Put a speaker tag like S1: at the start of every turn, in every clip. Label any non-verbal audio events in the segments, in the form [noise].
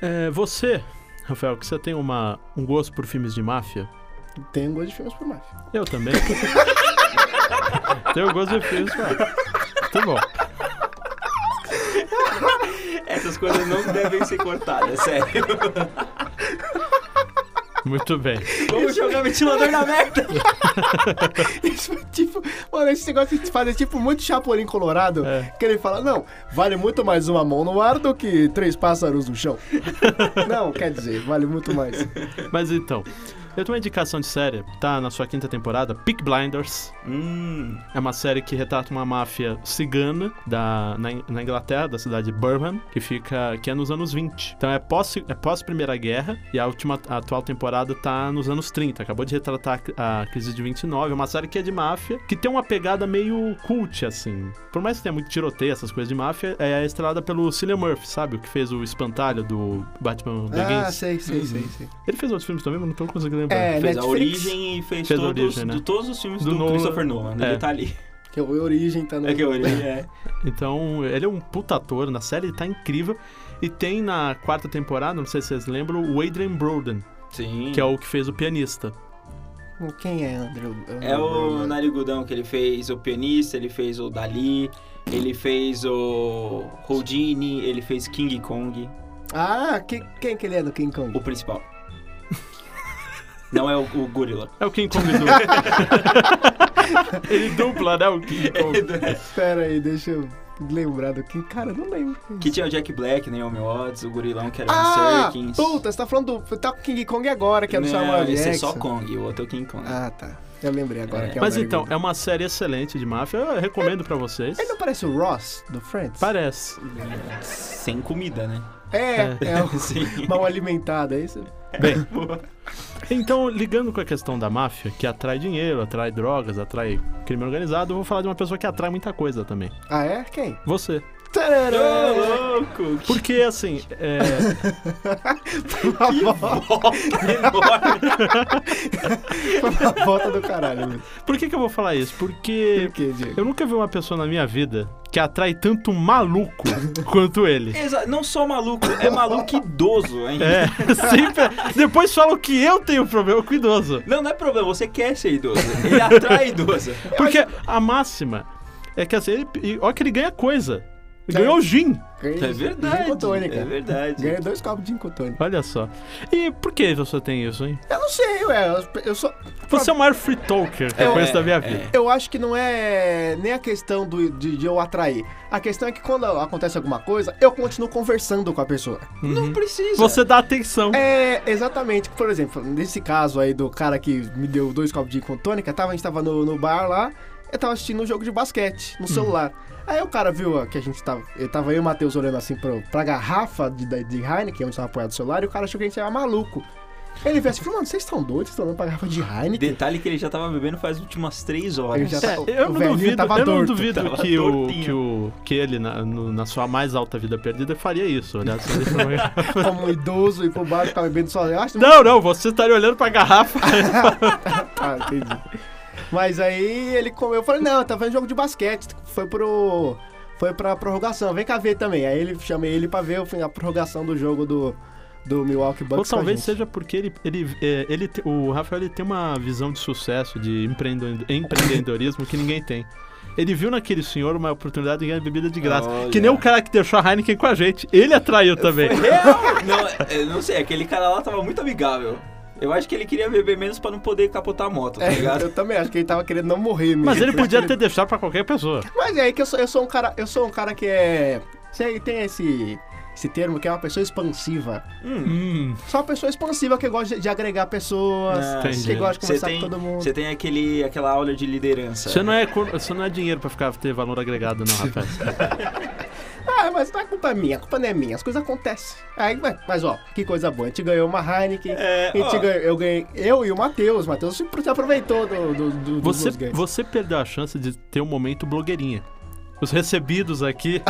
S1: É, você, Rafael, que você tem uma, um gosto por filmes de máfia.
S2: Tem um gosto de filmes por máfia.
S1: Eu também. Tenho gosto de filmes, cara. Tá bom.
S3: Essas coisas não devem ser cortadas,
S2: [laughs]
S3: é sério.
S1: Muito bem.
S3: Vamos jogar ventilador na merda.
S2: [laughs] Isso é tipo. Mano, esse negócio que faz é tipo muito Chapolin colorado.
S1: É.
S2: Que ele fala: não, vale muito mais uma mão no ar do que três pássaros no chão. [laughs] não, quer dizer, vale muito mais.
S1: Mas então, eu tenho uma indicação de série, tá na sua quinta temporada, Peak Blinders.
S3: Hum,
S1: É uma série que retrata uma máfia cigana da, na, In- na Inglaterra, da cidade de Birmingham, que fica que é nos anos 20. Então é pós, é pós Primeira Guerra e a última a atual temporada tá nos anos 30. Acabou de retratar a cri- a, crise de 29. É uma série que é de máfia, que tem uma pegada meio cult, assim. Por mais que tenha muito tiroteio, essas coisas de máfia, é estrelada pelo Cillian Murphy, sabe? O que fez o espantalho do Batman
S2: Ah,
S1: Begins.
S2: sei, sei, sei, sei.
S1: Ele fez outros filmes também, mas não tô conseguindo lembrar.
S2: É,
S3: Uhum. fez
S2: Netflix.
S3: a origem e fez,
S1: Fez a
S3: todos,
S1: origem, né?
S3: do- todos os filmes
S1: Do
S3: do,
S1: Nolan.
S3: Christopher Nolan.
S1: É.
S3: Ele tá ali.
S2: Que é o Origem, tá no.
S3: É que
S1: [laughs]
S3: a origem é.
S1: Então, ele é um puta ator na série, ele tá incrível. E tem na quarta temporada, não sei se vocês lembram, o Adrian Broden,
S3: Sim.
S1: que é o que fez o pianista.
S2: Quem é, Andrew?
S3: É o Narigudão que ele fez o pianista, ele fez o Dali, ele fez o Houdini, ele fez King Kong,
S2: Ah, que- quem que ele é do King Kong?
S3: o principal. Não é o, o gorila.
S1: É o King Kong
S2: [laughs]
S1: do... ele dupla, né? O King
S2: É,
S1: Kong.
S2: Pera aí, deixa eu lembrar do King. Cara, eu não lembro.
S3: que tinha o Jack Black, né, Naomi Watts, É o gorilão que era o
S2: Ah,
S3: Serkins.
S2: puta, você tá falando do. Tá com King Kong agora, que é do Samuel
S3: esse
S2: Jackson.
S3: é só Kong, o outro é o King Kong.
S2: Ah, tá. Eu lembrei agora
S3: É.
S2: que é o
S1: Mas então,
S2: Narigudo.
S1: é uma série excelente de máfia, eu recomendo pra vocês.
S2: Ele não parece o Ross, do Friends?
S1: Parece.
S3: Sem
S2: [laughs]
S3: comida, né?
S2: É, é o
S3: [laughs] Sim.
S2: mal alimentado, é isso?
S1: Bem, então, ligando com a questão da máfia, que atrai dinheiro, atrai drogas, atrai crime organizado, eu vou falar de uma pessoa que atrai muita coisa também.
S2: Ah, é? Quem?
S1: Você.
S3: Ô, louco! Que
S1: Porque, assim, é...
S3: enorme!
S2: A volta do caralho. mano.
S1: Por que, que eu vou falar isso?
S2: Por
S1: Porque
S2: quê, Diego?
S1: eu nunca vi uma pessoa na minha vida que atrai tanto maluco [laughs] quanto ele.
S3: Exa- Não só maluco, é maluco idoso ainda.
S1: É, [laughs] sempre. Depois falam que eu tenho problema com idoso.
S3: Não, não é problema, você quer ser idoso. Ele atrai
S2: [laughs]
S3: idoso. É
S1: Porque a máxima é que assim, ele, e olha que ele ganha coisa. Ele ganhou o gin.
S3: É verdade.
S2: Gin com tônica.
S3: É verdade.
S2: Ganhei dois copos de gin com tônica.
S1: Olha só. E por que você tem isso, hein?
S2: Eu não sei, ué. eu- Eu só.
S1: Você é o maior free talker que eu
S3: É,
S1: conheço da minha
S3: é.
S1: vida.
S2: Eu acho que não é nem a questão do, de, de eu atrair. A questão é que quando acontece alguma coisa, eu continuo conversando com a pessoa.
S3: Não precisa.
S1: Você dá atenção.
S2: É, exatamente. Por exemplo, nesse caso aí do cara que me deu dois copos de gin com tônica, tava, a gente tava no, no bar lá, eu tava assistindo um jogo de basquete no celular. Aí o cara viu ó, que a gente tava. Eu tava eu e o Matheus olhando assim pro, pra garrafa de, da- de Heineken, onde tava apoiado o celular, e o cara achou que a gente era maluco. Ele veio assim e falou, mano, vocês estão doidos? Vocês estão olhando pra garrafa de Heineken?
S3: Detalhe que ele já tava bebendo faz últimas três
S2: Ele
S3: horas.
S2: já
S1: É,
S2: tá-
S1: eu
S2: o
S1: não
S2: velhinho
S1: duvido,
S2: tava
S1: eu não
S2: torto.
S1: duvido
S3: Tava
S1: que, o,
S3: tortinho.
S1: que, o, que ele, na, no- na sua mais alta vida perdida, faria isso.
S2: [laughs]
S1: Olhar só ele pra uma-
S2: Como um idoso e pro bar ficar bebendo sozinho. Eu acho
S1: Não, não, você estaria olhando pra garrafa.
S2: [laughs] Ah, entendi. Mas aí ele comeu, eu falei, não, eu tava vendo jogo de basquete, foi pro. Foi pra prorrogação, vem cá ver também. Aí ele chamei ele pra ver eu fui a prorrogação do jogo do, do Milwaukee Bucks.
S1: Ou
S2: com a
S1: talvez
S2: gente.
S1: seja porque ele, ele, é, ele te- o Rafael ele tem uma visão de sucesso, de empreendendo- empreendedorismo que ninguém tem. Ele viu naquele senhor uma oportunidade de ganhar bebida de graça.
S3: Olha.
S1: Que nem o cara que deixou a Heineken com a gente. Ele atraiu também.
S3: Real? não, é, eu não sei, aquele cara lá tava muito amigável. Eu acho que ele queria beber menos pra não poder capotar a moto, tá
S2: É,
S3: ligado?
S2: eu também acho que ele tava querendo não morrer mesmo.
S1: Mas ele
S2: Por isso
S1: podia
S2: que
S1: ter deixado pra qualquer pessoa.
S2: [laughs] Mas é aí que eu sou, eu sou um cara. Eu sou um cara que é. Sei, tem esse. Esse termo que é uma pessoa expansiva.
S3: Hum.
S1: Hum,
S2: Só uma pessoa expansiva que gosta de, de agregar pessoas,
S3: Ah,
S2: que
S1: entendi.
S2: gosta de
S3: Você
S2: conversar
S3: tem,
S2: com todo mundo.
S3: você tem aquele, aquela aula de liderança.
S1: você, não é, co- você não é dinheiro pra ficar, ter valor agregado, não,
S3: [laughs]
S1: Rafael.
S2: Ah, mas não é culpa minha, a culpa não é minha, as coisas acontecem. Aí, mas, mas, ó, que coisa boa, a gente ganhou uma Heineken,
S3: É,
S2: a gente
S3: ó.
S2: ganhou, eu ganhei, eu e o Matheus, o Matheus se se aproveitou do, do, do,
S1: Você,
S2: dos meus ganhos.
S1: você perdeu a chance de ter um momento blogueirinha. Os recebidos
S3: [laughs]
S1: aqui.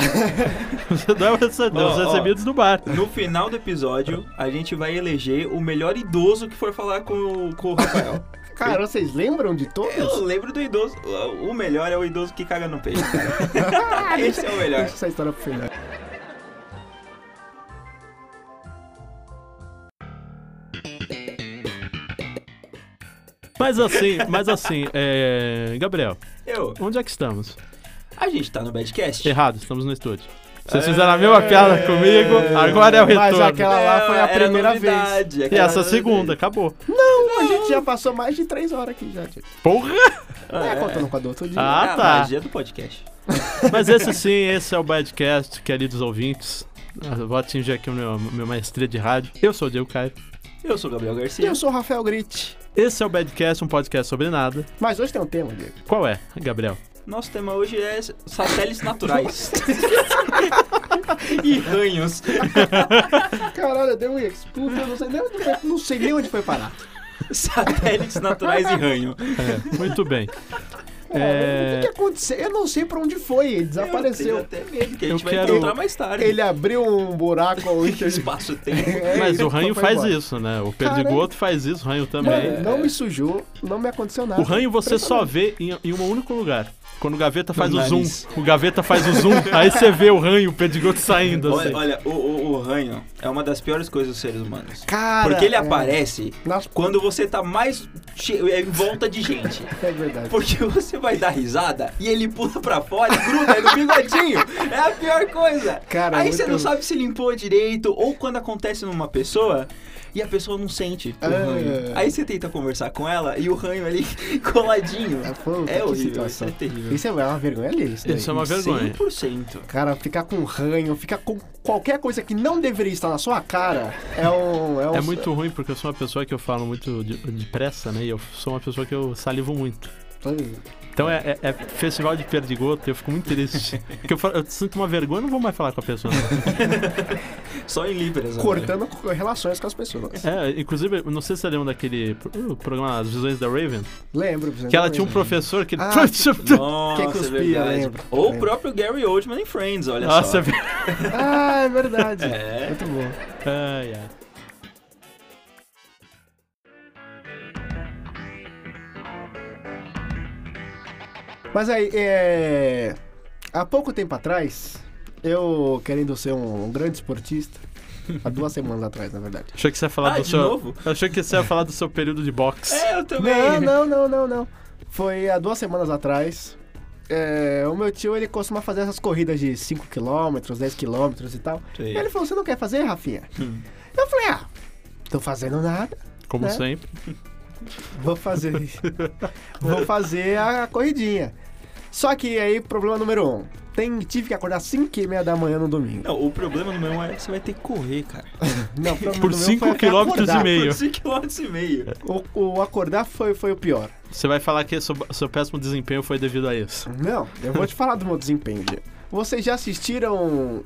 S1: você não é o recebedor,
S3: Ó,
S1: os
S3: ó.
S1: recebidos do bar.
S3: No final do episódio, a gente vai eleger o melhor idoso que for falar com, o- com o Rafael.
S2: Cara, vocês lembram de
S3: [laughs] Eu
S2: todos?
S3: lembro do idoso. o- O melhor é o idoso que caga no peito. [laughs] cara. Esse é o melhor.
S2: Deixa essa história pro final.
S1: Mas assim, mas assim, é... Gabriel,
S3: Eu.
S1: onde é que estamos?
S3: A gente tá no Badcast.
S1: Errado, estamos no estúdio. Vocês fizeram a mesma piada comigo, agora é o
S2: É. Mas
S1: retorno.
S2: aquela- lá foi a
S3: era
S2: primeira
S3: novidade,
S1: E
S3: aquela
S1: essa
S3: novidade.
S1: segunda, acabou.
S2: A gente já passou mais de três horas aqui já. gente.
S1: Porra!
S3: Ah,
S2: é,
S3: é.
S2: contando com a do outro dia.
S1: Ah,
S3: É a
S1: tá.
S3: magia do podcast.
S1: Mas esse sim, esse é o Badcast, queridos ouvintes. Eu Vou atingir aqui o meu, meu maestria de rádio. Eu sou o Diego Caio.
S3: Eu sou o Gabriel
S2: E
S3: Garcia.
S2: eu sou o Rafael Grit.
S1: Esse é o Badcast, um podcast sobre nada.
S2: Mas hoje tem um tema, Diego.
S1: Qual é, Gabriel?
S3: Nosso tema hoje é satélites
S2: [laughs]
S3: naturais. e ranhos.
S2: Caralho, eu dei um expulso, eu não sei nem onde foi, não sei nem onde foi parar.
S3: Satélites naturais e ranho.
S1: É, muito bem.
S2: Caralho, O
S1: É,
S2: que, que aconteceu? Eu não sei pra onde foi, ele
S3: Eu
S2: desapareceu.
S3: tenho até medo, que a
S1: Eu
S3: gente vai
S1: quero-
S3: encontrar mais tarde.
S2: Ele abriu um buraco
S3: [laughs]
S2: ao [laughs]
S3: Espaço-tempo.
S2: [laughs] É,
S1: mas
S2: ele
S1: o Ranho
S2: foi
S1: faz
S2: embora.
S1: isso, né? O
S2: Caralho. É.
S1: Perdigoto faz isso, o Ranho também.
S2: Mano, não me sujou, não me aconteceu nada.
S1: O ranho você só vê em, em um único lugar. Quando o gaveta faz
S3: No
S1: o zoom.
S3: nariz.
S1: O gaveta faz o zoom, aí você vê o ranho, o pedigoto saindo. Assim.
S3: Olha, olha, o, o, o ranho é uma das piores coisas dos seres humanos.
S2: Cara,
S3: Porque ele
S2: é,
S3: aparece
S2: Nas...
S3: quando você tá mais che- é, em volta de gente.
S2: É verdade.
S3: Porque [laughs] você vai dar risada e ele pula pra fora e gruda aí no bigodinho. É a pior coisa.
S2: Cara, é
S3: aí
S2: muito-
S3: você não sabe se limpou direito ou quando acontece numa pessoa e a pessoa não sente o
S2: Ah.
S3: ranho. Aí você tenta conversar com ela e o ranho ali [laughs] coladinho.
S2: É, puta,
S3: É
S2: que
S3: horrível, isso
S2: situação.
S3: é terrível.
S2: Isso é uma vergonha ali, isso daí.
S1: Isso é uma vergonha.
S3: 100%.
S2: Cara, ficar com ranho, ficar com qualquer coisa que não deveria estar na sua cara é um. É, um...
S1: É muito ruim porque eu sou uma pessoa que eu falo muito de- depressa, né? E eu sou uma pessoa que eu salivo muito. Então é, é- é festival de perdigoto, eu fico muito triste. Porque eu, falo- eu sinto uma vergonha, eu não vou mais falar com a pessoa.
S3: Só em Libras. né?
S2: Cortando co- relações com as pessoas.
S1: É, inclusive, eu não sei se você lembra daquele pro- programa As Visões da Raven,
S2: Lembro, por
S1: que ela
S2: exemplo,
S1: tinha um professor [laughs] que.
S2: Ah, [laughs]
S3: Nossa,
S2: Quem cuspia,
S3: é verdade.
S2: lembra?
S3: Ou o
S2: Lembra.
S3: próprio Gary Oldman em Friends, olha
S1: Nossa,
S3: só.
S1: é ver-
S2: Ah, é verdade.
S3: É.
S2: Muito bom.
S1: ai, ai.
S2: Mas aí, é. Há pouco tempo atrás, eu querendo ser um, um grande esportista, há duas semanas atrás, na verdade.
S1: Achei que você ia falar
S3: Ah,
S1: do
S3: de
S1: seu.
S3: novo?
S1: Eu achei que você ia falar do seu período de boxe.
S3: É, eu também.
S2: Não, não, não, não, não. Foi há duas semanas atrás. É, o meu tio, ele costuma fazer essas corridas de 5km, 10km e tal.
S3: Sei.
S1: É.
S2: E ele falou, você não quer fazer, Rafinha?
S1: Hum.
S2: Eu falei, ah, tô fazendo nada,
S1: Como
S2: né?
S1: sempre. [laughs]
S2: vou fazer. vou fazer a corridinha. Só que aí, problema número um. Tem, tive que acordar 5 e meia da manhã no domingo.
S3: Não, o problema no meu é que você vai ter que correr, cara.
S2: Não, o problema
S1: Por
S2: do meu
S1: 5
S2: foi
S1: quilômetros e
S2: acordar.
S1: meio.
S3: Por 5 quilômetros e meio.
S2: O, o acordar foi, foi o pior.
S1: Você vai falar que seu, seu péssimo desempenho foi devido a isso.
S2: Não, eu vou te falar do meu desempenho. Diego. Vocês já assistiram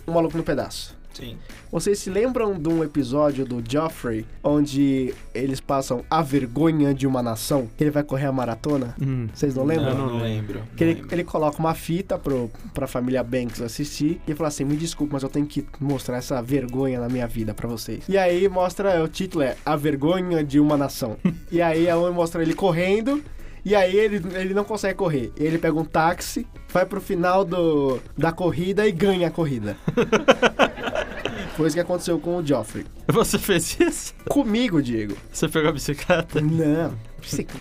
S2: O Maluco no Pedaço?
S3: Sim.
S2: Vocês se lembram de um episódio do Joffrey onde eles passam a vergonha de uma nação? Que ele vai correr a maratona?
S1: Hum.
S2: Vocês não
S3: Não,
S2: lembram?
S3: não, lembro.
S2: Que
S3: não
S2: ele,
S3: lembro.
S2: ele coloca uma fita pro, pra família Banks assistir e fala assim: me desculpa, mas eu tenho que mostrar essa vergonha na minha vida pra vocês. E aí mostra, o título é A Vergonha de uma Nação. e aí a mãe mostra ele correndo. E aí ele, ele não consegue correr. Ele pega um táxi, vai pro final do, da corrida e ganha a corrida. Foi isso que aconteceu com o Joffrey.
S1: Você fez isso?
S2: Comigo, Diego.
S1: Você pegou a bicicleta?
S2: Não. psico-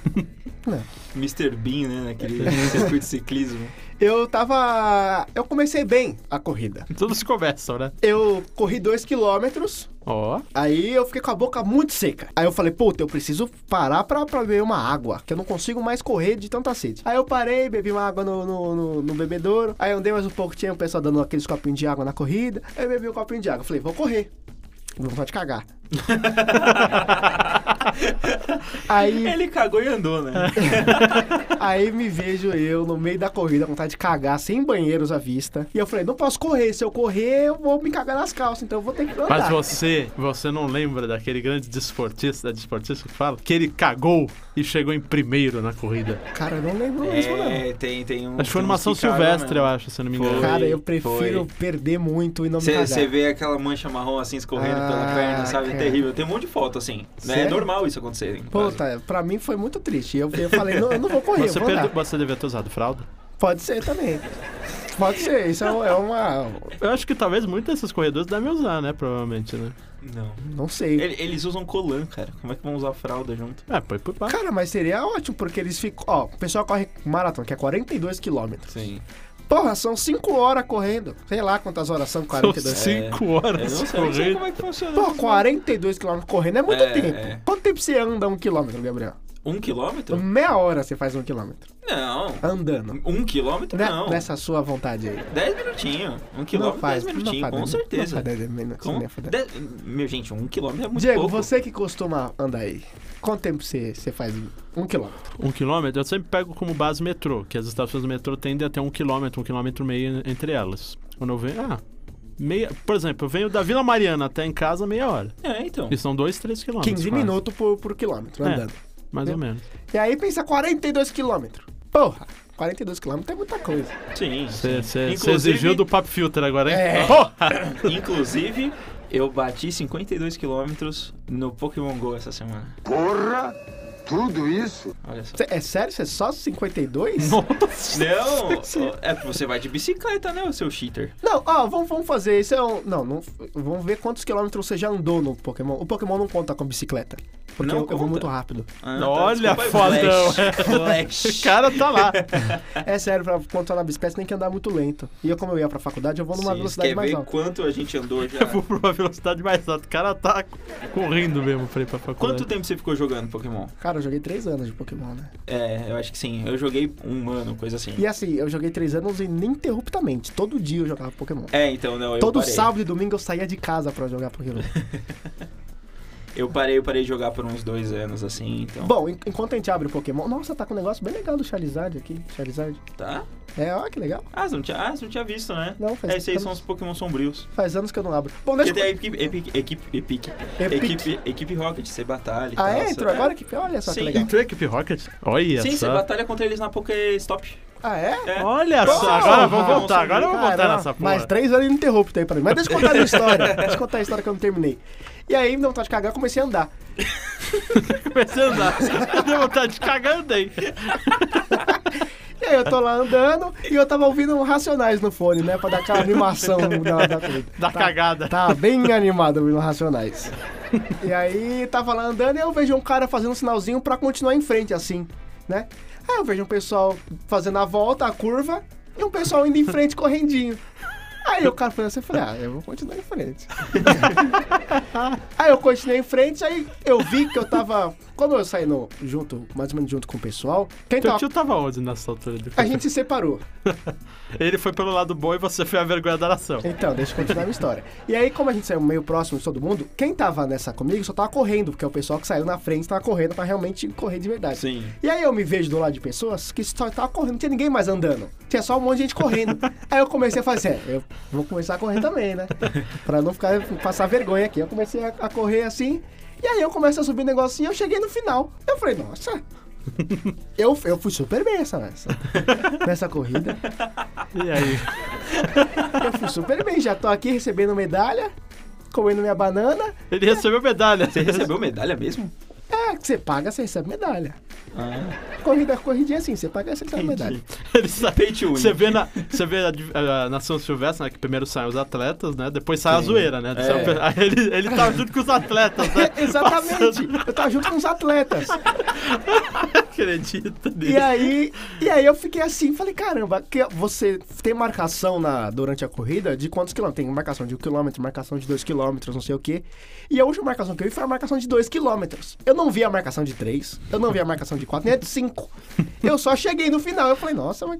S3: Mr. Bean, né,
S2: [laughs]
S3: naquele circuito de ciclismo.
S2: Eu tava. Eu comecei bem a corrida.
S1: Todos conversam, né?
S2: Eu corri 2 quilômetros
S1: Ó.
S2: Aí eu fiquei com a boca muito seca. Aí eu falei, puta, eu preciso parar pra, pra beber uma água, que eu não consigo mais correr de tanta sede. Aí eu parei, bebi uma água no, no, no- no bebedouro. Aí eu andei mais um pouco, tinha o pessoal dando aqueles copinhos de água na corrida. Aí eu bebi um copinho de água. Falei, vou correr. Não pode cagar. aí,
S3: [laughs] Ele cagou e andou, né?
S2: aí me vejo eu no meio da corrida, com vontade de cagar, sem banheiros à vista. E eu falei, não posso correr. Se eu correr, eu vou me cagar nas calças, então eu vou ter que andar.
S1: [laughs] Mas você, você não lembra daquele grande desportista, desportista que fala? Que ele cagou e chegou em primeiro na corrida.
S2: Cara, eu não lembro mesmo, não.
S3: É, tem, tem um.
S1: Acho que foi
S3: tem
S1: numa
S3: uns
S1: São
S3: que cagam
S1: Silvestre, eu
S3: mesmo.
S1: acho, se eu não me
S3: Foi.
S1: engano.
S2: Cara, eu
S3: Foi,
S2: prefiro perder muito e não me cagar.
S3: Você vê aquela mancha marrom assim escorrendo
S2: Ah,
S3: pela perna, sabe?
S2: cara.
S3: É terrível. Tem um monte de foto assim. Né? É
S2: Sério?
S3: normal isso acontecer. no caso.
S2: Puta, pra mim foi muito triste. Eu, eu falei, não, eu não vou correr,
S1: você,
S2: eu vou
S1: perdeu-
S2: andar.
S1: você devia ter usado fralda.
S2: Pode ser também. Pode ser, isso é um- é uma...
S1: Eu acho que talvez muitos desses corredores devem usar, né? Provavelmente, né?
S3: Não.
S2: Não sei.
S3: Ele- Eles usam colan, cara. Como é que vão usar fralda junto?
S1: É, põe por lá.
S2: Cara, mas seria ótimo, porque eles ficam. Ó, o pessoal corre maratona, que é 42 quilômetros.
S3: Sim.
S2: Porra, são 5 horas correndo. Sei lá quantas horas são
S1: [laughs] São
S2: 42.
S1: cinco
S3: É. Eu não
S1: horas
S3: sei, eu não sei
S1: correndo.
S3: como é que funciona.
S2: Pô,
S3: isso,
S2: 42 quilômetros correndo é muito
S3: É,
S2: tempo.
S3: é.
S2: Quanto tempo você anda um quilômetro, Gabriel?
S3: não. Um quilômetro?
S2: Meia hora você faz um quilômetro.
S3: Não.
S2: Andando.
S3: Um quilômetro?
S2: Ne-
S3: Não.
S2: Nessa sua vontade aí.
S3: Dez minutinhos. Um
S2: não
S3: quilômetro,
S2: faz,
S3: dez
S2: não
S3: minutinhos,
S2: faz,
S3: com
S2: não-
S3: certeza.
S2: Não faz 10 minutos,
S3: Com...
S2: né, fudeu.
S3: dez- Meu, gente, um quilômetro é muito
S2: Diego,
S3: pouco.
S2: você que costuma andar aí, quanto tempo você, você faz um quilômetro?
S1: Um quilômetro, eu sempre pego como base metrô, que as estações do metrô tendem a ter um quilômetro, um quilômetro e meio entre elas. Quando eu venho. Ah, meia. Por exemplo, eu venho da Vila Mariana até em casa meia hora.
S3: É, então.
S1: E são dois, três quilômetros.
S2: 15
S1: quase,
S2: minutos né? por, por quilômetro
S1: É.
S2: andando.
S1: Mais ou menos.
S2: E aí pensa 42 quilômetros. Porra, 42 quilômetros é muita coisa.
S3: Sim. sim.
S1: Você
S3: Inclusive-
S1: exigiu do Pop Filter agora, hein?
S2: É.
S1: Porra!
S3: [laughs] Inclusive, eu bati 52 quilômetros no Pokémon GO essa semana.
S4: Porra! Tudo isso?
S3: Olha só.
S2: Cê- é sério? Você é só 52?
S1: Nossa!
S3: Não! É porque você vai de bicicleta, né, o seu cheater?
S2: Não, ó, vamos, vamos fazer isso. É um, não, não, vamos ver quantos quilômetros você já andou no Pokémon. O Pokémon não conta com bicicleta. Porque eu,
S3: Não
S2: eu vou
S3: conta.
S2: muito rápido.
S3: Ah,
S1: Olha,
S3: desculpa aí,
S1: fodão.
S3: Flash.
S1: O
S3: Flash.
S1: cara tá lá.
S2: É sério, pra contar na bicicleta você tem que andar muito lento. E eu, como eu ia pra faculdade, eu vou numa
S3: Sim,
S2: velocidade
S3: quer
S2: mais
S3: ver
S2: alta.
S3: quanto a gente andou já?
S1: Eu vou pra uma velocidade mais alta. O cara tá correndo mesmo pra ir pra faculdade.
S3: Quanto tempo você ficou jogando Pokémon?
S2: Cara, eu joguei 3 anos de Pokémon, né?
S3: É, eu acho que sim. Eu joguei um ano, coisa assim.
S2: E assim, eu joguei 3 anos ininterruptamente. Todo dia eu jogava Pokémon.
S3: É, então, não, eu
S2: Todo
S3: parei.
S2: sábado e domingo eu saía de casa pra jogar Pokémon.
S3: Eu parei, eu parei de jogar por uns dois anos, assim, então...
S2: Bom, en- enquanto a gente abre o Pokémon. Nossa, tá com um negócio bem legal do Charizard aqui. Charizard.
S3: Tá?
S2: É, ó, que legal.
S3: Ah, você não tinha, ah, você não tinha visto, né?
S2: Não, faz
S3: É, esses aí são
S2: anos-
S3: os Pokémon sombrios.
S2: Faz anos que eu não abro. Bom, deixa
S3: Porque tem a
S2: eu.
S3: equipe, equipe, equipe, equipe,
S2: Epic.
S3: equipe, equipe Rocket, você batalha e
S2: Ah,
S3: tal,
S2: é?
S3: você-
S2: Entrou agora? Que... Olha só que
S3: Sim.
S2: legal.
S1: Entrou a é equipe Rocket? Olha
S3: Sim, você
S1: só.
S3: batalha contra eles na Pokéstop.
S2: Ah, é?
S3: É.
S1: Olha só.
S2: Porra!
S1: Agora eu vou voltar. Agora eu vou voltar
S2: Caramba,
S1: nessa porra.
S2: Mais três anos ininterrupto aí pra mim. Mas deixa eu contar a minha história. deixa eu contar a história que eu não terminei. E aí, me deu vontade de cagar, eu comecei a andar. tá-
S1: Comecei a andar. Eu dei vontade de cagar, eu andei.
S2: E aí, eu tô lá andando e eu tava ouvindo um Racionais no fone, né? Pra dar aquela animação da, da coisa.
S1: Da cagada.
S2: Tá bem animado ouvindo Racionais. E aí, tava lá andando e eu vejo um cara fazendo um sinalzinho pra continuar em frente, assim, né? Aí eu vejo um pessoal fazendo a volta, a curva, e um pessoal indo em frente [laughs] correndinho. Aí o cara falou assim, eu falei, ah, eu vou continuar em frente. [laughs] aí eu continuei em frente, aí eu vi que eu tava... Como eu saí no, junto, mais ou menos junto com o pessoal, quem
S1: Teu
S2: tava...
S1: tio tava onde nessa altura? Do...
S2: A gente se separou.
S1: Ele foi pelo lado bom e você foi a vergonha da nação.
S2: Então, deixa eu continuar a minha história. E aí, como a gente saiu meio próximo de todo mundo, quem tava nessa comigo só tava correndo, porque o pessoal que saiu na frente tava correndo pra realmente correr de verdade.
S3: Sim.
S2: E aí eu me vejo do lado de pessoas que só tava correndo, não tinha ninguém mais andando. Tinha só um monte de gente correndo. aí eu comecei a fazer, eu vou começar a correr também, né? Pra não ficar passar vergonha aqui. Eu comecei a, a correr assim. E aí eu comecei a subir um negocinho e eu cheguei no final. Eu falei, nossa. Eu, eu fui super bem essa, nessa, nessa corrida.
S1: E aí?
S2: Eu fui super bem, já tô aqui recebendo medalha, comendo minha banana.
S1: Ele recebeu medalha.
S3: Você recebeu medalha mesmo?
S2: É, que você paga, você recebe medalha.
S3: Ah.
S2: Corrida, corridinha assim, você paga, você recebe medalha.
S1: Ele sabe.
S3: Pay to win.
S1: Você vê na, você vê a, a nação silvestre, né? Que primeiro saem os atletas, né? Depois sai a
S3: Sim.
S1: zoeira, né?
S3: É.
S1: Sai o pe- Aí ele, ele tá junto com os atletas,
S3: [laughs]
S1: né?
S2: É, Exatamente,
S1: Passando-
S2: eu tava junto com os atletas.
S1: Acredita nisso.
S2: E aí, e aí eu fiquei assim, falei, caramba, que você tem marcação na, durante a corrida de quantos quilômetros? Tem marcação de um quilômetro, marcação de dois quilômetros, não sei o quê. E a última marcação que eu vi foi a marcação de dois quilômetros. Eu não vi a marcação de três, eu não vi a marcação de quatro, nem a de cinco. Eu só cheguei no final, eu falei, nossa, mas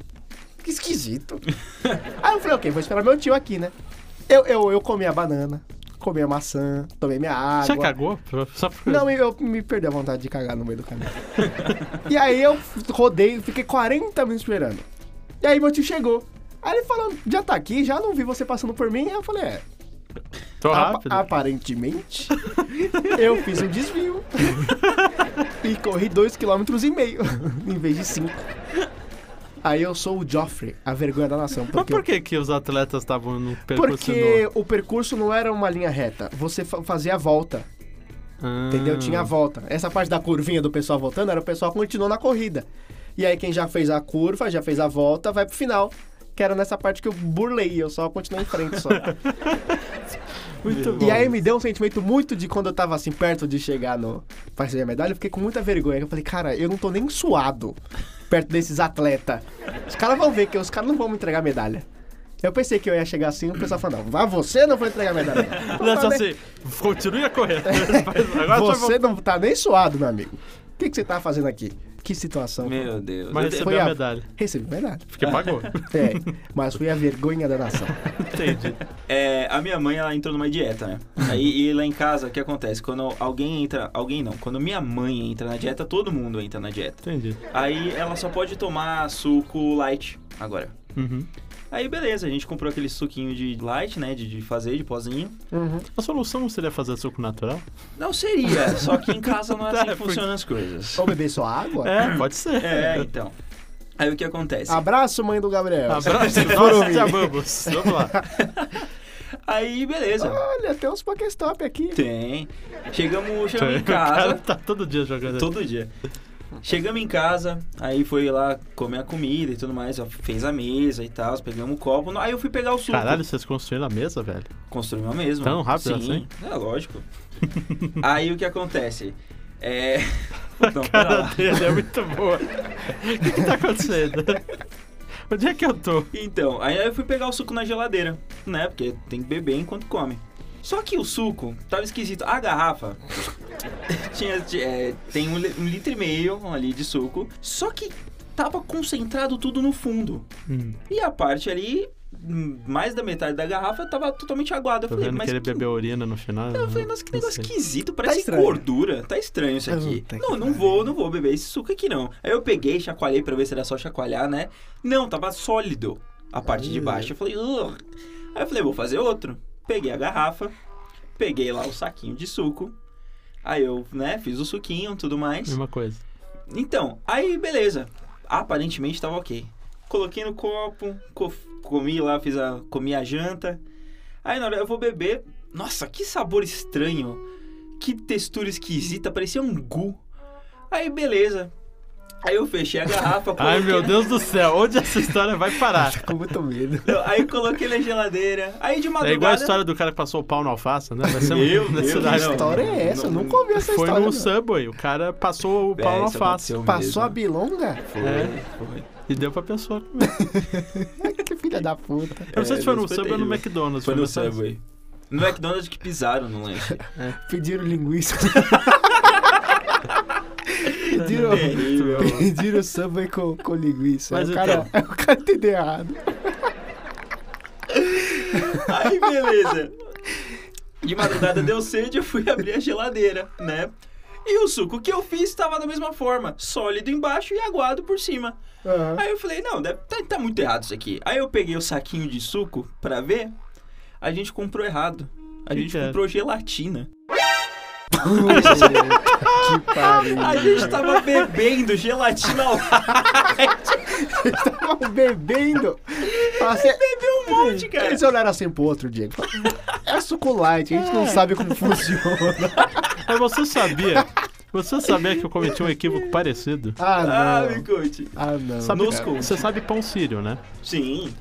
S2: que esquisito. Aí eu falei, ok, vou esperar meu tio aqui, né? Eu, eu, eu comi a banana, comi a maçã, tomei minha água.
S1: Você cagou? Só por...
S2: Não, eu me perdi a vontade de cagar no meio do caminho. e aí eu rodei, fiquei 40 minutos esperando. E aí meu tio chegou. Aí ele falou, já tá aqui, já não vi você passando por mim. Aí eu falei, é,
S1: Tô
S2: apa-
S1: rápido.
S2: aparentemente, eu fiz um desvio. [laughs] e corri 2,5 km [laughs] em vez de 5. Aí eu sou o Joffrey, a vergonha da nação.
S1: Mas
S2: Porque eu-
S1: por que que os atletas estavam no percurso
S2: porque o percurso não era uma linha reta. Você fa- fazia a volta.
S1: Ah.
S2: Entendeu? Tinha a volta. Essa parte da curvinha do pessoal voltando era o pessoal que continuou na corrida. E aí quem já fez a curva, já fez a volta, vai pro final. que era nessa parte que eu burlei, eu só continuei em
S1: [laughs]
S2: frente só.
S1: Muito bom.
S2: E aí me deu um sentimento muito de quando eu tava assim, perto de chegar no pra receber a medalha, eu fiquei com muita vergonha. Eu falei, cara, eu não tô nem suado perto desses atletas. Os caras vão ver que os caras não vão me entregar a medalha. Eu pensei que eu ia chegar assim e o pessoal falou, não, vá você não vai entregar
S1: [laughs]
S2: a medalha.
S1: Não, só
S2: Tá, né?
S1: assim, continue a correr. [laughs] Mas Agora só vou-
S2: Você não tá nem suado, meu amigo. O que, que você tá fazendo aqui? Que situação.
S3: Meu Deus.
S1: Mas
S3: Eu-
S1: recebeu a medalha.
S2: Recebi medalha.
S1: Porque
S2: [laughs]
S1: pagou.
S2: É, mas fui a vergonha da nação.
S1: Entendi.
S3: É, a minha mãe, ela entrou numa dieta, né? Aí, e lá em casa, o que acontece? Quando alguém entra... Alguém não. Quando minha mãe entra na dieta, todo mundo entra na dieta.
S1: Entendi.
S3: Aí, ela só pode tomar suco light agora.
S1: Uhum.
S3: Aí, beleza. A gente comprou aquele suquinho de light, né? De, de fazer, de pozinho.
S2: Uhum.
S1: A solução não seria fazer é suco natural?
S3: Não seria. só que em casa não é assim
S1: [laughs] Tá,
S3: que
S1: foi-
S3: funcionam as coisas.
S2: Ou beber só água?
S1: É, pode ser.
S3: É, então. Aí, o que acontece?
S2: Abraço, mãe do Gabriel.
S1: [laughs] Abraço,
S2: Foram
S3: um
S1: nós te amamos. Vamos lá.
S3: [laughs] Aí, beleza.
S1: Ah.
S2: Olha, tem uns Pokéstop aqui.
S3: Tem. Chegamos, chegamos em
S1: [laughs] O cara
S3: casa.
S1: tá todo dia jogando.
S3: Todo dia. Chegamos em casa, aí foi lá comer a comida e tudo mais, ó, fez a mesa e tal, pegamos o copo. Aí eu fui pegar o suco.
S1: Caralho, vocês construíram a mesa, velho?
S3: Construímos a mesma.
S1: Tão rápido assim?
S3: Sim, É lógico. [laughs] aí o que acontece?
S1: [laughs]
S3: É. Não, pera
S1: Cara
S3: lá.
S1: dele é muito boa. O que, que tá acontecendo? [laughs] Onde é que eu tô?
S3: Então, aí eu fui pegar o suco na geladeira, né? Porque tem que beber enquanto come. Só que o suco tava esquisito. A garrafa [laughs] tinha, ti- é, tem um, li- um litro e meio ali de suco. Só que tava concentrado tudo no fundo.
S1: Hum,
S3: E a parte ali, hum, mais da metade da garrafa, tava totalmente aguada. Eu
S1: tô
S3: falei,
S1: vendo
S3: mas
S1: que ele
S3: que-
S1: bebeu urina no final. né?
S3: Eu falei, nossa, que
S1: não
S3: negócio
S1: sei.
S3: esquisito, parece
S2: tá estranho.
S3: gordura. Tá estranho isso aqui.
S2: Puta que
S3: Não, não vou, não vou beber esse suco aqui não. Aí eu peguei, chacoalhei pra ver se era só chacoalhar, né? Não, tava sólido a parte de baixo. Eu falei, "Ugh." Aí eu falei, vou fazer outro. Peguei a garrafa, peguei lá o saquinho de suco. Aí eu, né, fiz o suquinho e tudo mais.
S1: Mesma coisa.
S3: Então, aí beleza. Aparentemente tava ok. Coloquei no copo, co- comi lá, fiz a, comi a janta. Aí na hora eu vou beber. Nossa, que sabor estranho. Que textura esquisita, parecia um gu. Aí beleza. Aí eu fechei a garrafa.
S1: [laughs] Ai,
S3: coloquei-
S1: meu Deus do céu, onde essa história vai
S3: [laughs]
S1: parar?
S2: Tá Com muito medo.
S3: Não, Aí coloquei na geladeira. Aí de
S1: É igual a
S3: madrugada.
S1: história do cara que passou o pau na alface, né? Vai ser
S3: Meu
S1: uma
S3: Deus,
S1: cidade.
S2: Que
S3: não.
S2: história é essa? Eu nunca ouvi essa
S1: Foi
S2: história.
S1: no
S2: não.
S1: Subway, o cara passou o
S3: É,
S1: pau na
S3: isso
S1: alface.
S3: aconteceu
S2: Passou a
S3: mesmo.
S2: bilonga?
S3: Foi,
S1: É.
S3: foi.
S1: E deu pra pessoa comer.
S2: Que filha da puta.
S1: Eu não sei
S3: É,
S1: se foi no
S3: Deus foi
S1: Subway ou no
S3: terrível.
S1: McDonald's.
S3: Foi no
S1: nessa-
S3: Subway. No McDonald's que pisaram é?
S1: [laughs]
S3: no lanche.
S2: Pediram linguiça. pediram,
S3: Terrível.
S2: pediram samba com, com linguiça.
S1: Mas
S2: o, cara, [laughs] o cara entendeu errado.
S3: Aí, beleza. De madrugada deu sede, eu fui abrir a geladeira, né? E o suco que eu fiz estava da mesma forma, sólido embaixo e aguado por cima.
S2: Aham.
S3: Aí eu falei, não, deve, tá, tá muito errado isso aqui. Aí eu peguei o saquinho de suco pra ver, a gente comprou errado. A
S1: Que
S3: gente
S1: que era?
S3: comprou gelatina.
S2: que pariu.
S3: A gente tava bebendo gelatina
S1: [laughs]
S3: lá.
S2: Tava tá bebendo. Fala assim,
S3: Bebeu um monte,
S2: Por que
S3: cara.
S2: Eles olharam assim pro outro, Diego. É suco light, a gente
S3: É.
S2: não sabe como
S3: [laughs]
S2: funciona.
S1: Mas você sabia? Você sabia que eu cometi um equívoco parecido?
S2: Ah,
S3: Ah,
S2: não.
S3: me conte.
S2: Ah, não.
S1: Sabe,
S3: Nos conte.
S1: você sabe pão sírio, né?
S3: Sim.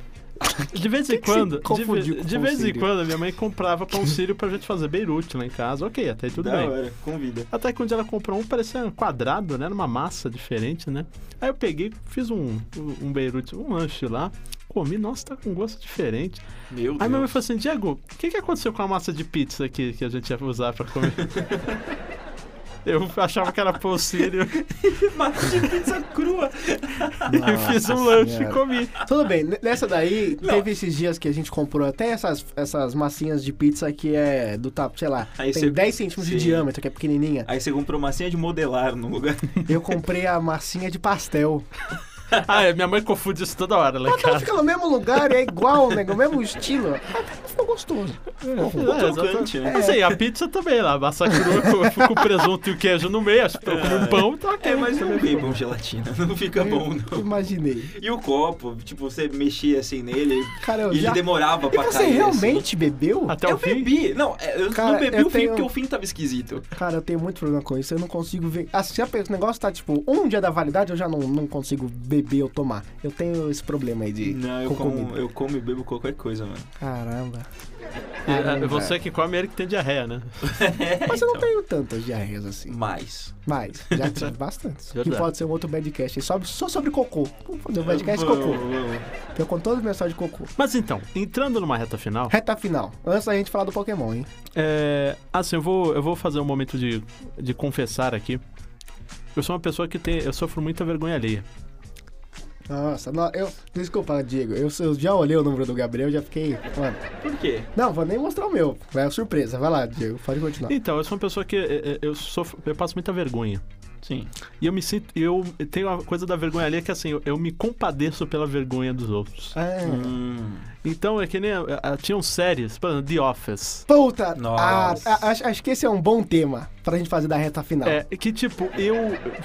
S1: De vez em
S2: que você
S1: quando, de, ve-
S2: confundiu com
S1: de
S2: pão
S1: vez em
S2: sírio?
S1: quando, a minha mãe comprava pão sírio pra gente fazer beirute lá em casa. Ok, até aí tudo
S3: da
S1: bem.
S3: hora, convida.
S1: Até que um dia ela comprou um, parecia um quadrado, né? Numa massa diferente, né? Aí eu peguei, fiz um, um beirute, um lanche lá, comi, nossa, tá com gosto diferente.
S3: Meu
S1: Aí minha mãe
S3: Deus.
S1: falou assim, Diego, o que, que aconteceu com a massa de pizza aqui que a gente ia usar pra comer? [laughs] Eu achava que era pão sírio
S3: Mas de pizza crua.
S1: e fiz um lanche e
S2: Senhora.
S1: comi.
S2: Tudo bem, n- nessa daí,
S3: Não.
S2: teve esses dias que a gente comprou até essas, essas massinhas de pizza que é do tapo, sei lá,
S3: Aí
S2: tem
S3: você-
S2: 10 centímetros de
S3: Sim.
S2: diâmetro, que é pequenininha.
S3: Aí você comprou massinha de modelar no lugar.
S2: Eu comprei a massinha de
S3: [laughs]
S2: pastel.
S1: Ah, é, minha mãe confunde isso toda hora lá em
S2: Ela
S1: casa.
S2: fica no mesmo lugar, é igual, né? O mesmo estilo. ficou gostoso.
S3: Ficou
S1: É, exato.
S3: crocante, né?
S1: Assim, a pizza também lá, massa crua com, com presunto e o queijo no meio, acho que eu comi um pão, tá ok.
S3: É, mas não bem bom gelatina. Não fica bom, não.
S2: Imaginei.
S3: E o copo, tipo, você mexia assim nele
S2: Cara, eu
S3: e ele
S2: já...
S3: demorava
S2: E
S3: pra
S2: você
S3: cair. assim.
S2: realmente bebeu?
S1: Até
S3: eu
S1: o fim.
S3: bebi. Não, é, eu
S2: Cara,
S3: não bebi
S2: eu
S3: o fim
S2: tenho-
S3: porque o fim tava esquisito.
S2: Cara, eu tenho muito problema com isso. Eu não consigo ver. Assim, se a pe- o negócio tá tipo um dia da validade, eu já não, não consigo beber ou tomar. Eu tenho esse problema aí de.
S3: Não, eu
S2: com
S3: como,
S2: comida.
S3: eu como e bebo qualquer coisa, mano.
S2: Caramba.
S1: E,
S2: Ah,
S1: é,
S2: não,
S1: você que come ele que tem diarreia, né?
S3: É,
S2: Mas eu não
S3: então.
S2: tenho tantas diarreias assim.
S3: Mas.
S2: Mas, já
S3: [laughs]
S2: tive bastante. Que
S1: Verdade.
S2: pode ser um outro badcast aí, só, só sobre cocô. Vamos fazer um badcast
S3: É, Vamos,
S2: cocô.
S3: vamos.
S2: Eu conto todas as mensagens de cocô.
S1: Mas então, entrando numa reta final,
S2: Reta final. Antes da gente falar do Pokémon, hein?
S1: é, assim, eu vou, eu vou fazer um momento de, de confessar aqui. Eu sou uma pessoa que tem, eu sofro muita vergonha alheia.
S2: Nossa, não, eu. Desculpa, Diego. Eu, eu já olhei o número do Gabriel já fiquei. Mano.
S3: Por quê?
S2: Não, vou nem mostrar o meu. É surpresa. Vai lá, Diego. Pode continuar.
S1: Então, eu sou uma pessoa que é, é, eu sofro, eu passo muita vergonha.
S3: Sim.
S1: E eu me sinto. Eu tenho uma coisa da vergonha ali que assim, eu, eu me compadeço pela vergonha dos outros.
S2: Ah.
S3: Hum,
S1: Então é que nem. ah, ah, Tinham séries, por exemplo, The Office.
S2: Puta!
S3: Nossa.
S2: Ah, a- acho, acho que esse é um bom tema pra gente fazer da reta final.
S1: É, que tipo, eu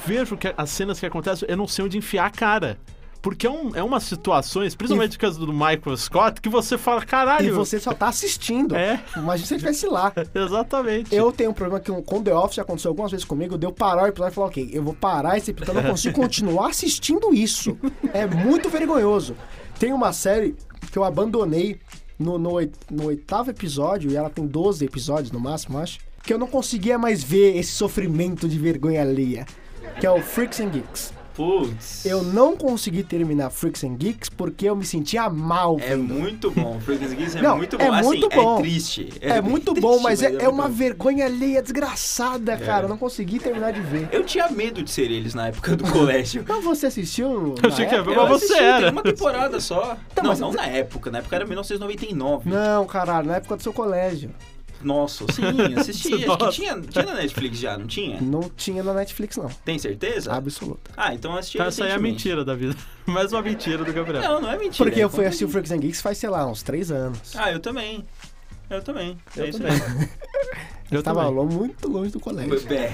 S1: vejo que as cenas que acontecem, eu não sei onde enfiar a cara. Porque é, um, é umas situações, principalmente no caso do Michael Scott, que você fala, caralho.
S2: E você só tá assistindo.
S1: É,
S2: Imagina se você estivesse lá.
S1: exatamente.
S2: Eu tenho um problema que com The Office já aconteceu algumas vezes comigo, deu parar o episódio e falar, ok, eu vou parar esse episódio, eu não consigo continuar assistindo isso. É muito vergonhoso. Tem uma série que eu abandonei no, no, oit- no oitavo episódio, e ela tem 12 episódios no máximo, acho, que eu não conseguia mais ver esse sofrimento de vergonha alheia, que é o Freaks and Geeks.
S3: Putz.
S2: Eu não consegui terminar Freaks and Geeks porque eu me sentia mal.
S3: É
S2: vendo.
S3: muito bom. Freaking Geeks é
S2: Não,
S3: muito
S2: é
S3: bom. Assim,
S2: muito bom.
S3: É triste.
S2: É
S3: bem
S2: muito
S3: triste,
S2: bom, mas é, é
S3: muito
S2: uma
S3: bom.
S2: vergonha alheia desgraçada, cara. Eu não consegui terminar de ver.
S3: Eu tinha medo de ser eles na época do [laughs] colégio.
S2: Então você assistiu?
S1: Eu
S2: na
S1: achei que ia
S2: época?
S1: ver, mas
S3: Eu
S1: você
S3: assisti,
S1: era.
S3: Tem uma temporada só. não,
S2: Tá, mas- Né?
S3: não na época. Na época era 1999.
S2: Não, caralho, na época do seu colégio.
S3: Nossa,
S2: [laughs]
S3: sim, assisti. Acho
S1: Nossa.
S3: que tinha, tinha na Netflix já, não tinha?
S2: Não tinha na Netflix, não.
S3: Tem certeza?
S1: Tá.
S2: Absoluta.
S3: Ah, então eu assisti
S1: Então, essa aí é a
S3: recentemente.
S1: mentira da vida. [laughs] Mais uma mentira do Gabriel.
S3: Não, não é mentira.
S2: Porque
S3: é
S2: eu fui assistir o
S3: conteúdo.
S2: Freaks and Geeks faz, sei lá, uns três anos.
S3: Ah, eu também. Eu também.
S1: Eu
S3: é isso
S1: também.
S3: aí.
S1: Eu
S2: eu tava
S1: também.
S2: lo- muito longe do colégio.
S3: É.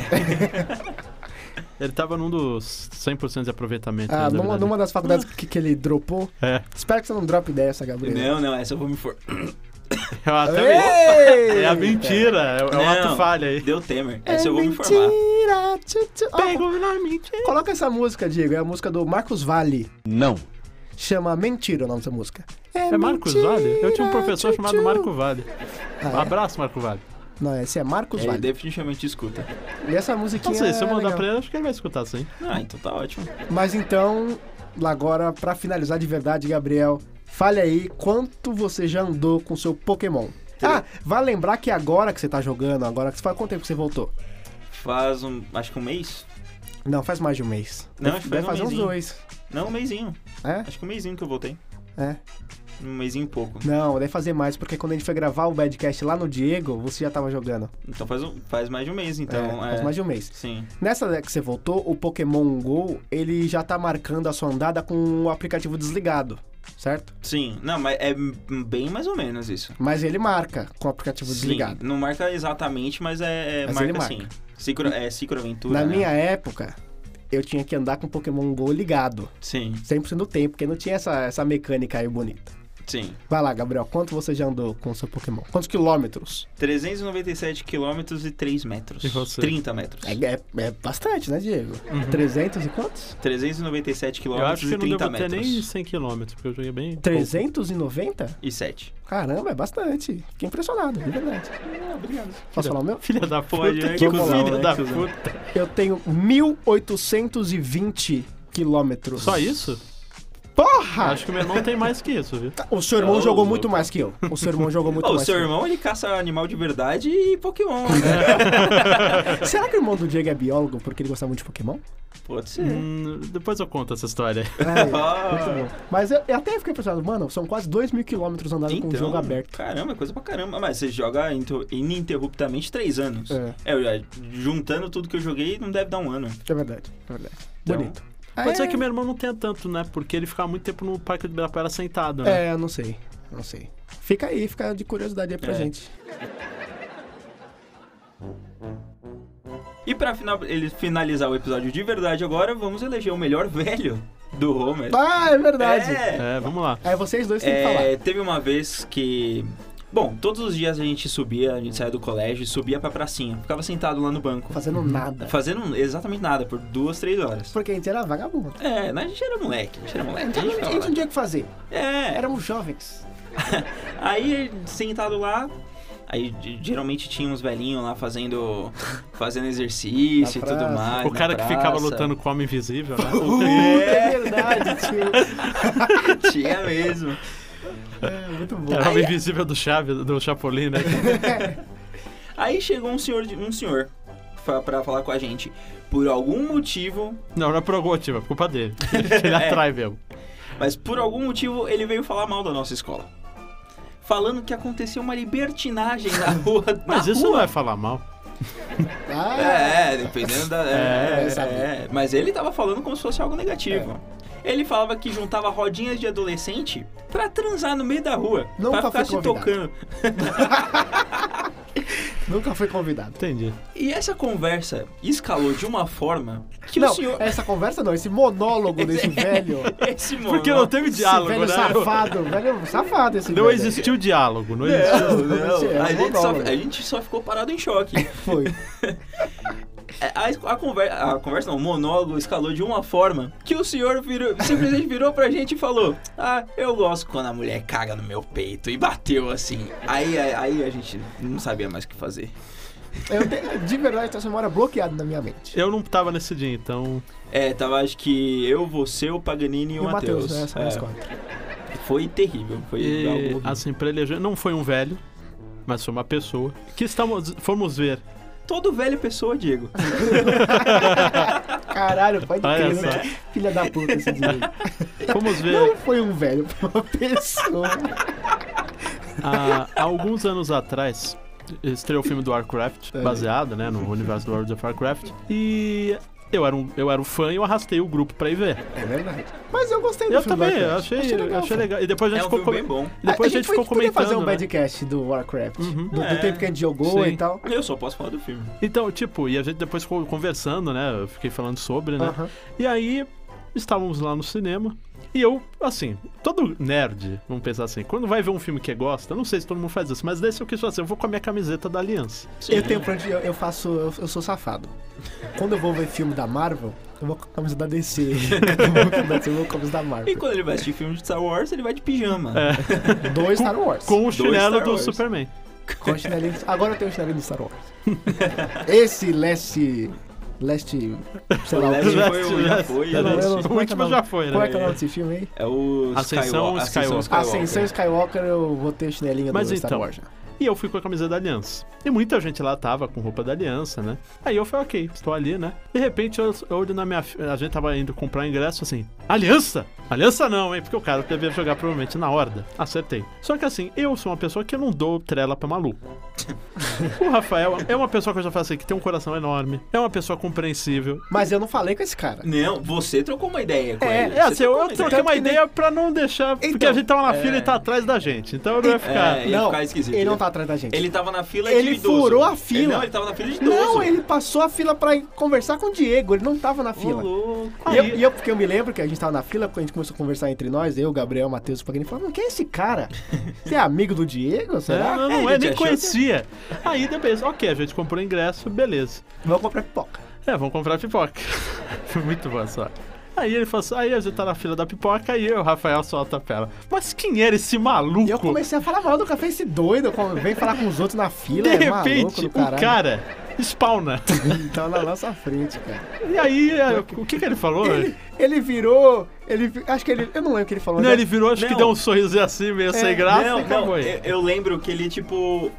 S1: Ele tava num dos 100% de aproveitamento. né,
S2: Ah,
S1: da
S2: numa,
S1: verdade.
S2: numa das faculdades
S1: Ah.
S2: que, que ele dropou.
S1: É,
S2: Espero que você não drope dessa, Gabriel.
S3: [laughs] Não, não, essa eu vou me for.
S1: eu até me...
S2: Ei!
S1: é a mentira, é, é um
S3: Não.
S1: ato falha aí.
S3: Deu Temer.
S2: É
S3: Essa eu vou me informar.
S2: mentira. tchu, tchu. Ó,
S1: na mentira.
S2: Coloca essa música, Diego. É a música do Marcos Vale.
S4: Não.
S2: Chama Mentira o nome dessa música.
S1: É Marcos
S2: mentira,
S1: Vale? Eu tinha um professor
S2: tchu,
S1: chamado
S2: tchu.
S1: Marco Vale.
S2: Ah, é?
S1: Abraço, Marco Vale.
S2: Não, esse é Marcos
S3: Ele
S2: Vale.
S3: definitivamente escuta.
S2: E essa musiquinha.
S1: Não sei, se eu
S2: é
S1: mandar
S2: legal.
S1: pra ele, acho que ele vai escutar sim.
S3: Ah, então tá ótimo.
S2: Mas então, agora, pra finalizar de verdade, Gabriel, fale aí quanto você já andou com seu Pokémon. Ah, vai lembrar que agora que você tá jogando, agora que você faz quanto tempo que você voltou?
S3: Faz um. Acho que um mês?
S2: Não, faz mais de um mês.
S3: Não, acho que
S2: Deve
S3: faz
S2: fazer
S3: um
S2: uns
S3: mesinho.
S2: dois.
S3: Não, um mêsinho.
S2: É?
S3: Acho que um mêsinho que eu voltei.
S2: É.
S3: Um mêsinho e pouco.
S2: Não, deve fazer mais, porque quando a gente foi gravar o Badcast lá no Diego, você já tava jogando.
S3: Então faz, um, faz mais de um mês, então.
S2: é,
S3: É,
S2: Faz mais de um mês.
S3: Sim.
S2: Nessa que você voltou, o Pokémon GO, ele já tá marcando a sua andada com o aplicativo desligado, certo?
S3: Sim. Não, mas é bem mais ou menos isso.
S2: Mas ele marca com o aplicativo
S3: Sim,
S2: desligado.
S3: Não marca exatamente, mas é, é
S2: Mas
S3: marca,
S2: ele marca.
S3: sim. Cicro, é cicroaventura.
S2: Na
S3: né?
S2: minha época, eu tinha que andar com Pokémon GO ligado.
S3: Sim,
S2: 100% do tempo, porque não tinha essa, essa mecânica aí bonita.
S3: sim.
S2: Vai lá, Gabriel, quanto você já andou com o seu Pokémon? Quantos quilômetros?
S3: 397 quilômetros e 3 metros.
S1: E você?
S3: 30 metros.
S2: É, é- é bastante, né, Diego?
S1: Uhum.
S2: 300 e quantos?
S3: 397
S1: Eu acho que
S3: quilômetros e
S1: não devo
S3: 30
S1: ter
S3: metros.
S1: nem 100 km, porque eu joguei bem.
S2: 390?
S3: E 7.
S2: Caramba, é bastante. Fiquei impressionado, de verdade.
S3: Obrigado.
S2: Posso falar o meu?
S1: pouco. [laughs] Filha da puta,
S3: Pode, né,
S1: que
S3: cuzão,
S1: filha
S3: né,
S1: da
S3: cuzão.
S1: puta.
S2: Eu tenho 1820 quilômetros.
S1: Só isso?
S2: Porra!
S1: Acho que o meu irmão tem mais que é isso, viu?
S2: O seu irmão
S3: Ô,
S2: jogou
S3: louco.
S2: muito mais que eu. O seu irmão jogou
S1: [laughs]
S2: muito
S3: o
S2: mais.
S3: seu
S2: que eu.
S3: irmão, ele caça animal de verdade e Pokémon, né?
S2: [laughs] Será que o irmão do Diego é biólogo porque ele gosta muito de Pokémon?
S3: Pode ser.
S1: Hum, depois eu conto essa história.
S2: Ai,
S3: [laughs] Ah.
S2: muito bom. Mas eu, eu até fiquei impressionado, mano, são quase 2 mil quilômetros andados com o jogo aberto.
S3: Caramba, é coisa pra caramba. Mas você joga into- ininterruptamente 3 anos.
S2: É.
S3: eu já- juntando tudo que eu joguei, não deve dar um ano.
S2: É verdade, é verdade.
S3: Então,
S2: Bonito. É.
S1: Pode ser que meu irmão não tenha tanto, né? Porque ele ficava muito tempo no Parque do Ibirapuera sentado, né?
S2: É, eu não sei. Não sei. Fica aí, fica de curiosidade aí pra
S3: É.
S2: gente.
S3: E pra final- ele finalizar o episódio de verdade agora, vamos eleger o melhor [laughs] velho do Homer.
S2: Ah, é verdade.
S3: É.
S1: É, vamos lá.
S2: Aí vocês dois têm que falar.
S3: É, teve uma vez que. Bom, todos os dias a gente subia, a gente saía do colégio e subia pra pracinha. Ficava sentado lá no banco,
S2: Fazendo nada.
S3: fazendo exatamente nada por duas, três horas.
S2: Porque a gente era vagabundo.
S3: É, né, a gente era moleque, a gente era moleque.
S2: Então,
S3: a
S2: a gente,
S3: gente
S2: a
S3: ficava
S2: gente
S3: lá.
S2: não tinha o que fazer.
S3: É,
S2: Éramos jovens.
S3: aí sentado lá, aí de- geralmente tinha uns velhinhos lá fazendo,
S2: [laughs]
S3: fazendo exercício e
S2: Na
S3: tudo
S2: praça.
S3: mais.
S1: O
S3: na
S1: cara que ficava
S3: praça. [laughs]
S1: lutando com o homem invisível, né?
S3: É,
S2: É verdade, tio.
S3: tinha mesmo.
S2: É, muito bom.
S1: Era o homem invisível do Chave, do Chapolin, né?
S3: Tá. Aí chegou um senhor, de- um senhor fa- pra falar com a gente. Por algum motivo,
S1: Não, não é por algum motivo, é por culpa
S3: [laughs]
S1: dele. Ele
S3: É.
S1: atrai mesmo.
S3: Mas por algum motivo ele veio falar mal da nossa escola. Falando que aconteceu uma libertinagem na rua.
S1: [laughs] Mas
S3: na
S1: isso não
S3: rua.
S1: é falar mal.
S2: [laughs] Ah,
S3: É, dependendo da. É,
S2: vai saber.
S3: é. Mas ele tava falando como se fosse algo negativo. Ele falava que juntava rodinhas de adolescente pra transar no meio da rua.
S2: Não
S3: pra
S2: pra
S3: ficar
S2: ser
S3: se
S2: convidado.
S3: tocando.
S2: nunca fui convidado.
S1: Entendi.
S3: E essa conversa escalou de uma forma que
S2: não,
S3: o senhor.
S2: essa conversa não, esse monólogo
S3: [laughs]
S2: desse velho.
S3: Esse mano.
S1: Porque não teve
S2: esse
S1: [laughs] diálogo,
S2: velho
S1: né?
S2: safado, velho safado esse
S1: Não
S2: velho.
S1: existiu diálogo, não existiu.
S3: Não,
S2: Esse é
S3: não.
S2: um
S3: A gente, só,
S2: monólogo.
S3: a gente só ficou parado em choque.
S2: Foi.
S3: É, A, a conversa, a conversa não, o monólogo escalou de uma forma que o senhor virou, simplesmente virou pra gente e falou: Ah, eu gosto quando a mulher caga no meu peito e bateu assim. Aí, aí, aí a gente não sabia mais o que fazer.
S2: Eu tenho, de verdade, essa memória bloqueada na minha mente.
S1: Eu não tava nesse dia, então.
S3: É, tava acho que eu, você, o Paganini e, o Matheus.
S2: né? Essa
S3: É,
S2: mais quatro.
S3: foi terrível, foi
S1: E,
S3: algo.
S1: assim, pra eleger. Não foi um velho, mas foi uma pessoa. Que estamos, fomos ver.
S3: Todo velho pessoa,
S1: [laughs]
S3: Diego.
S2: Caralho, pode
S1: Olha
S2: crer, né? Filha da puta esse dia.
S1: [laughs] Fomos
S2: Não
S1: ver
S2: foi um velho, foi uma pessoa.
S1: há, há [laughs] alguns anos atrás. Estreou o filme do Warcraft,
S2: Tá.
S1: baseado né, no universo do World of Warcraft. E eu era, um, eu era um fã e eu arrastei o grupo pra ir ver.
S2: É verdade. Mas eu gostei do
S1: Eu
S2: filme
S1: também, eu
S2: Warcraft.
S1: achei, achei, legal,
S2: foi. Ah,
S1: E depois a
S3: É
S1: gente
S3: um
S1: ficou
S3: filme bem
S1: com-
S3: bom.
S1: Depois a gente ficou
S2: podia
S1: comentando.
S2: fazer um
S1: né?
S2: podcast do Warcraft.
S1: Uhum.
S2: Do, do
S3: É.
S2: tempo que a gente jogou
S1: Sim. Uhum.
S2: e tal.
S3: Eu só posso falar do filme.
S1: Então, tipo, e a gente depois ficou conversando, né? Eu fiquei falando sobre, né?
S2: Aham.
S1: E aí, estávamos lá no cinema. E eu, assim, todo nerd, vamos pensar assim, quando vai ver um filme que gosta, eu não sei se todo mundo faz isso, mas desse eu quis fazer, eu vou com a minha camiseta da Aliança.
S3: Sim.
S2: Eu tenho pra onde eu, eu faço. Eu, eu sou safado. Quando eu vou ver filme da Marvel, eu vou com a camisa da DC. [laughs] eu vou com a camisa da
S3: E
S2: Marvel.
S3: quando ele vai assistir filme de Star Wars, ele vai de pijama.
S1: É.
S2: Dois Star Wars.
S1: Com o
S3: Dois
S1: chinelo
S3: Star
S1: do
S3: Wars.
S1: Superman.
S2: Com o chinelinho- Agora eu tenho o chinelinho do Star Wars. Esse leste. Leste. Sei lá,
S3: O
S2: o
S3: leste-
S2: que.
S3: Já foi, já foi, já
S1: Leste-
S2: foi.
S1: O último já foi,
S2: Qual Tá é que é o
S1: né?
S2: nome desse filme aí?
S3: É o
S1: Ascensão
S3: Skywalker.
S1: Skywalker.
S2: Ascensão Skywalker, eu vou ter o chinelinho
S1: Mas
S2: do Star
S1: então,
S2: Wars. já.
S1: E eu fui com a camisa da Aliança. E muita gente lá tava com roupa da Aliança, né? Aí eu falei, ok, estou ali, né? De repente eu eu olho na minha. fi- A gente tava indo comprar ingresso assim. Aliança? Aliança não, hein? Porque o cara devia jogar provavelmente na horda. Acertei. Só que assim, eu sou uma pessoa que eu não dou trela pra maluco.
S2: [laughs]
S1: o Rafael é uma pessoa que eu já falei assim, que tem um coração enorme. É uma pessoa compreensível.
S2: Mas eu não falei com esse cara.
S3: Não, você trocou uma ideia com
S2: É,
S3: ele.
S1: É assim,
S3: Você
S1: eu,
S3: trocou
S1: eu troquei
S3: uma ideia.
S1: uma
S2: Tanto que nem-
S1: ideia pra não deixar. porque
S2: Então,
S1: a gente tava na
S3: é.
S1: fila e tá atrás da gente. Então eu não ia ficar.
S3: É, ia
S2: não,
S3: ficar esquisito,
S2: ele não
S3: né?
S2: tá atrás da gente.
S3: Ele tá tava na fila
S2: Ele
S3: de idoso.
S2: furou a fila.
S3: Ele- não, ele tava na fila de idoso.
S2: Não, ele passou a fila pra ir conversar com o Diego, ele não tava na
S3: Ô,
S2: fila.
S3: louco.
S2: E eu, e eu- porque eu me lembro que a gente tava na fila, porque a gente começou a conversar entre nós, eu, Gabriel, Matheus, o Paganini, falando, quem é esse cara? Você é amigo do Diego,
S1: É,
S2: será?
S1: não,
S3: É,
S1: não é,
S3: gente,
S1: nem
S3: achou [laughs]
S1: conhecia. Aí depois, ok, a gente comprou o ingresso, beleza.
S2: Vamos comprar pipoca.
S1: É, vamos comprar pipoca. [laughs] Foi muito boa só. Aí ele falou assim, aí a gente tá na fila da pipoca e eu, Rafael, solta a pela. Mas quem era esse maluco?
S2: E eu comecei a falar mal do café, esse doido, como- vem falar com os outros na fila,
S1: De
S2: é maluco
S1: repente,
S2: do
S1: o
S2: caralho.
S1: cara spawna.
S2: Tá na nossa frente, cara.
S1: E aí, é, o que que ele falou?
S2: Ele, ele virou, ele, vi- acho que ele, eu não lembro o que ele falou.
S1: Não,
S2: né?
S1: ele virou, acho que
S3: Não.
S1: deu um sorriso assim, meio
S2: É,
S1: sem graça
S3: não,
S1: e acabou
S3: não,
S1: aí.
S3: eu, eu lembro que ele, tipo...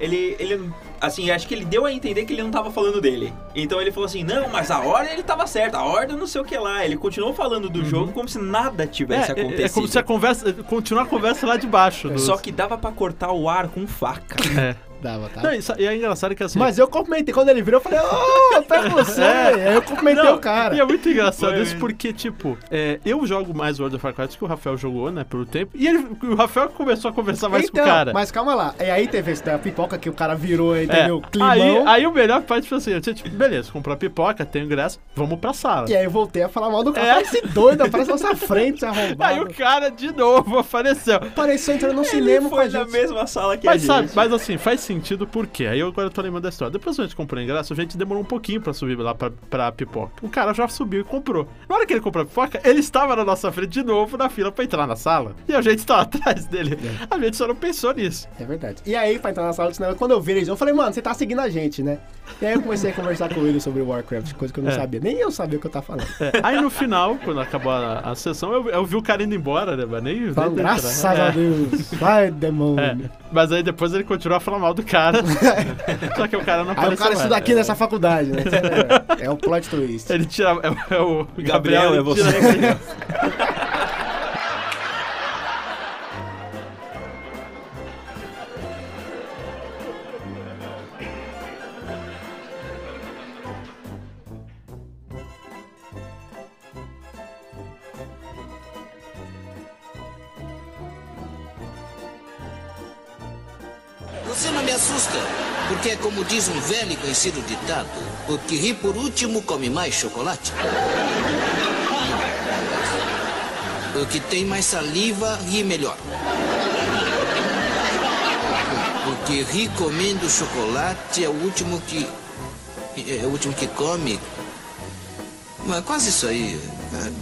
S3: Ele, ele, assim, acho que ele deu a entender que ele não tava falando dele. Então ele falou assim, não, mas a ordem ele tava certa, a ordem não sei o que lá. Ele continuou falando
S2: Uhum.
S3: do jogo como se nada tivesse
S1: É, é,
S3: acontecido.
S1: é como
S3: É
S1: se a conversa. Continua a conversa lá de baixo. do-
S3: Só que dava pra cortar o ar com faca.
S1: É.
S2: Dava, tá?
S1: Não, isso- e é engraçado que assim.
S2: Mas eu cumprimentei. Quando ele virou, eu falei, ô, oh, pega você. Aí eu cumprimentei
S1: É. Não,
S2: o cara.
S1: E é muito engraçado
S3: Foi
S1: isso,
S3: mesmo.
S1: porque, tipo, é, eu jogo mais World of Warcraft que o Rafael jogou, né, por um tempo. E ele- o Rafael começou a conversar mais
S2: então,
S1: com o cara.
S2: Mas calma lá. E aí teve esse da pipoca que o cara virou,
S1: É,
S2: entendeu? Climão.
S1: aí, aí o melhor parte foi assim, eu tinha, tipo, beleza, comprar pipoca, tenho ingresso, vamos pra sala.
S2: E aí eu voltei a falar mal do cara.
S1: É.
S2: Fala, Esse doido, aparece na nossa
S1: [laughs]
S2: frente, se
S1: Aí
S2: arrombado.
S1: o cara de novo [laughs] apareceu.
S2: Apareceu entrando no
S3: Ele
S2: cinema com a
S3: foi na
S2: gente.
S3: mesma sala que a
S1: Mas
S3: gente.
S1: sabe,
S3: [laughs]
S1: mas assim, faz sentido por quê? Aí eu agora tô lembrando da história. Depois que a gente comprou o ingresso, a gente demorou um pouquinho pra subir lá pra, pra pipoca. O cara já subiu e comprou. Na hora que ele comprou a pipoca, ele estava na nossa frente de novo na fila pra entrar na sala. E a gente tava [laughs] atrás dele. A gente só não pensou nisso.
S2: É verdade. E aí, pra entrar na sala do cinema, quando eu vi eles, eu falei, mano, você tá seguindo a gente, né? E aí eu comecei a conversar com ele sobre Warcraft, coisa que eu não
S1: É.
S2: sabia. Nem eu sabia o que eu tava falando.
S1: É, Aí no final, quando acabou a, a sessão, eu, eu vi o cara indo embora, né? Mas nem, nem
S2: Falando,
S1: dentro, né?
S2: graças
S1: É.
S2: a Deus. Vai, demônio.
S1: É, mas aí depois ele continuou a falar mal do
S2: [laughs]
S1: cara. só que o Então, cara não
S2: Aí o
S1: apareceu
S2: cara
S1: mais.
S2: estuda aqui nessa faculdade,
S1: [laughs]
S2: né? É o plot twist.
S1: Ele tira. É, é o
S3: Gabriel,
S1: ele
S3: é você.
S1: tira-
S3: Gabriel.
S5: Você não me assusta, porque é como diz um velho e conhecido ditado: o que ri por último come mais chocolate. Ah. O que tem mais saliva ri melhor. O que ri comendo chocolate é o último que. é o último que come. Mas quase isso aí. né?